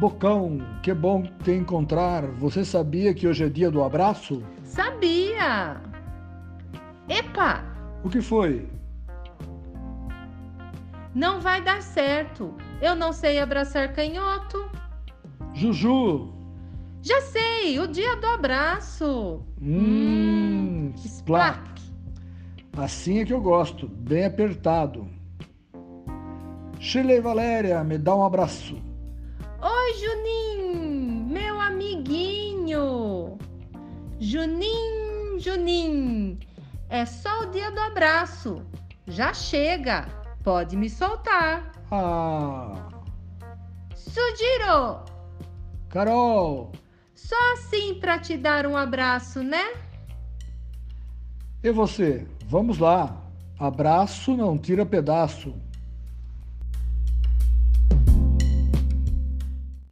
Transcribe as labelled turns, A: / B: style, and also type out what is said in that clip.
A: Bocão, que bom te encontrar. Você sabia que hoje é dia do abraço?
B: Sabia! Epa!
A: O que foi?
B: Não vai dar certo. Eu não sei abraçar canhoto.
A: Juju!
B: Já sei, o dia do abraço.
A: Hum,
B: Splac.
A: splac. Assim é que eu gosto, bem apertado. Shirley Valéria, me dá um abraço.
B: Oi, Juninho, meu amiguinho. Juninho, Juninho, é só o dia do abraço. Já chega, pode me soltar.
A: Ah,
B: Sujiro,
A: Carol,
B: só assim pra te dar um abraço, né?
A: e você? Vamos lá. Abraço não tira pedaço.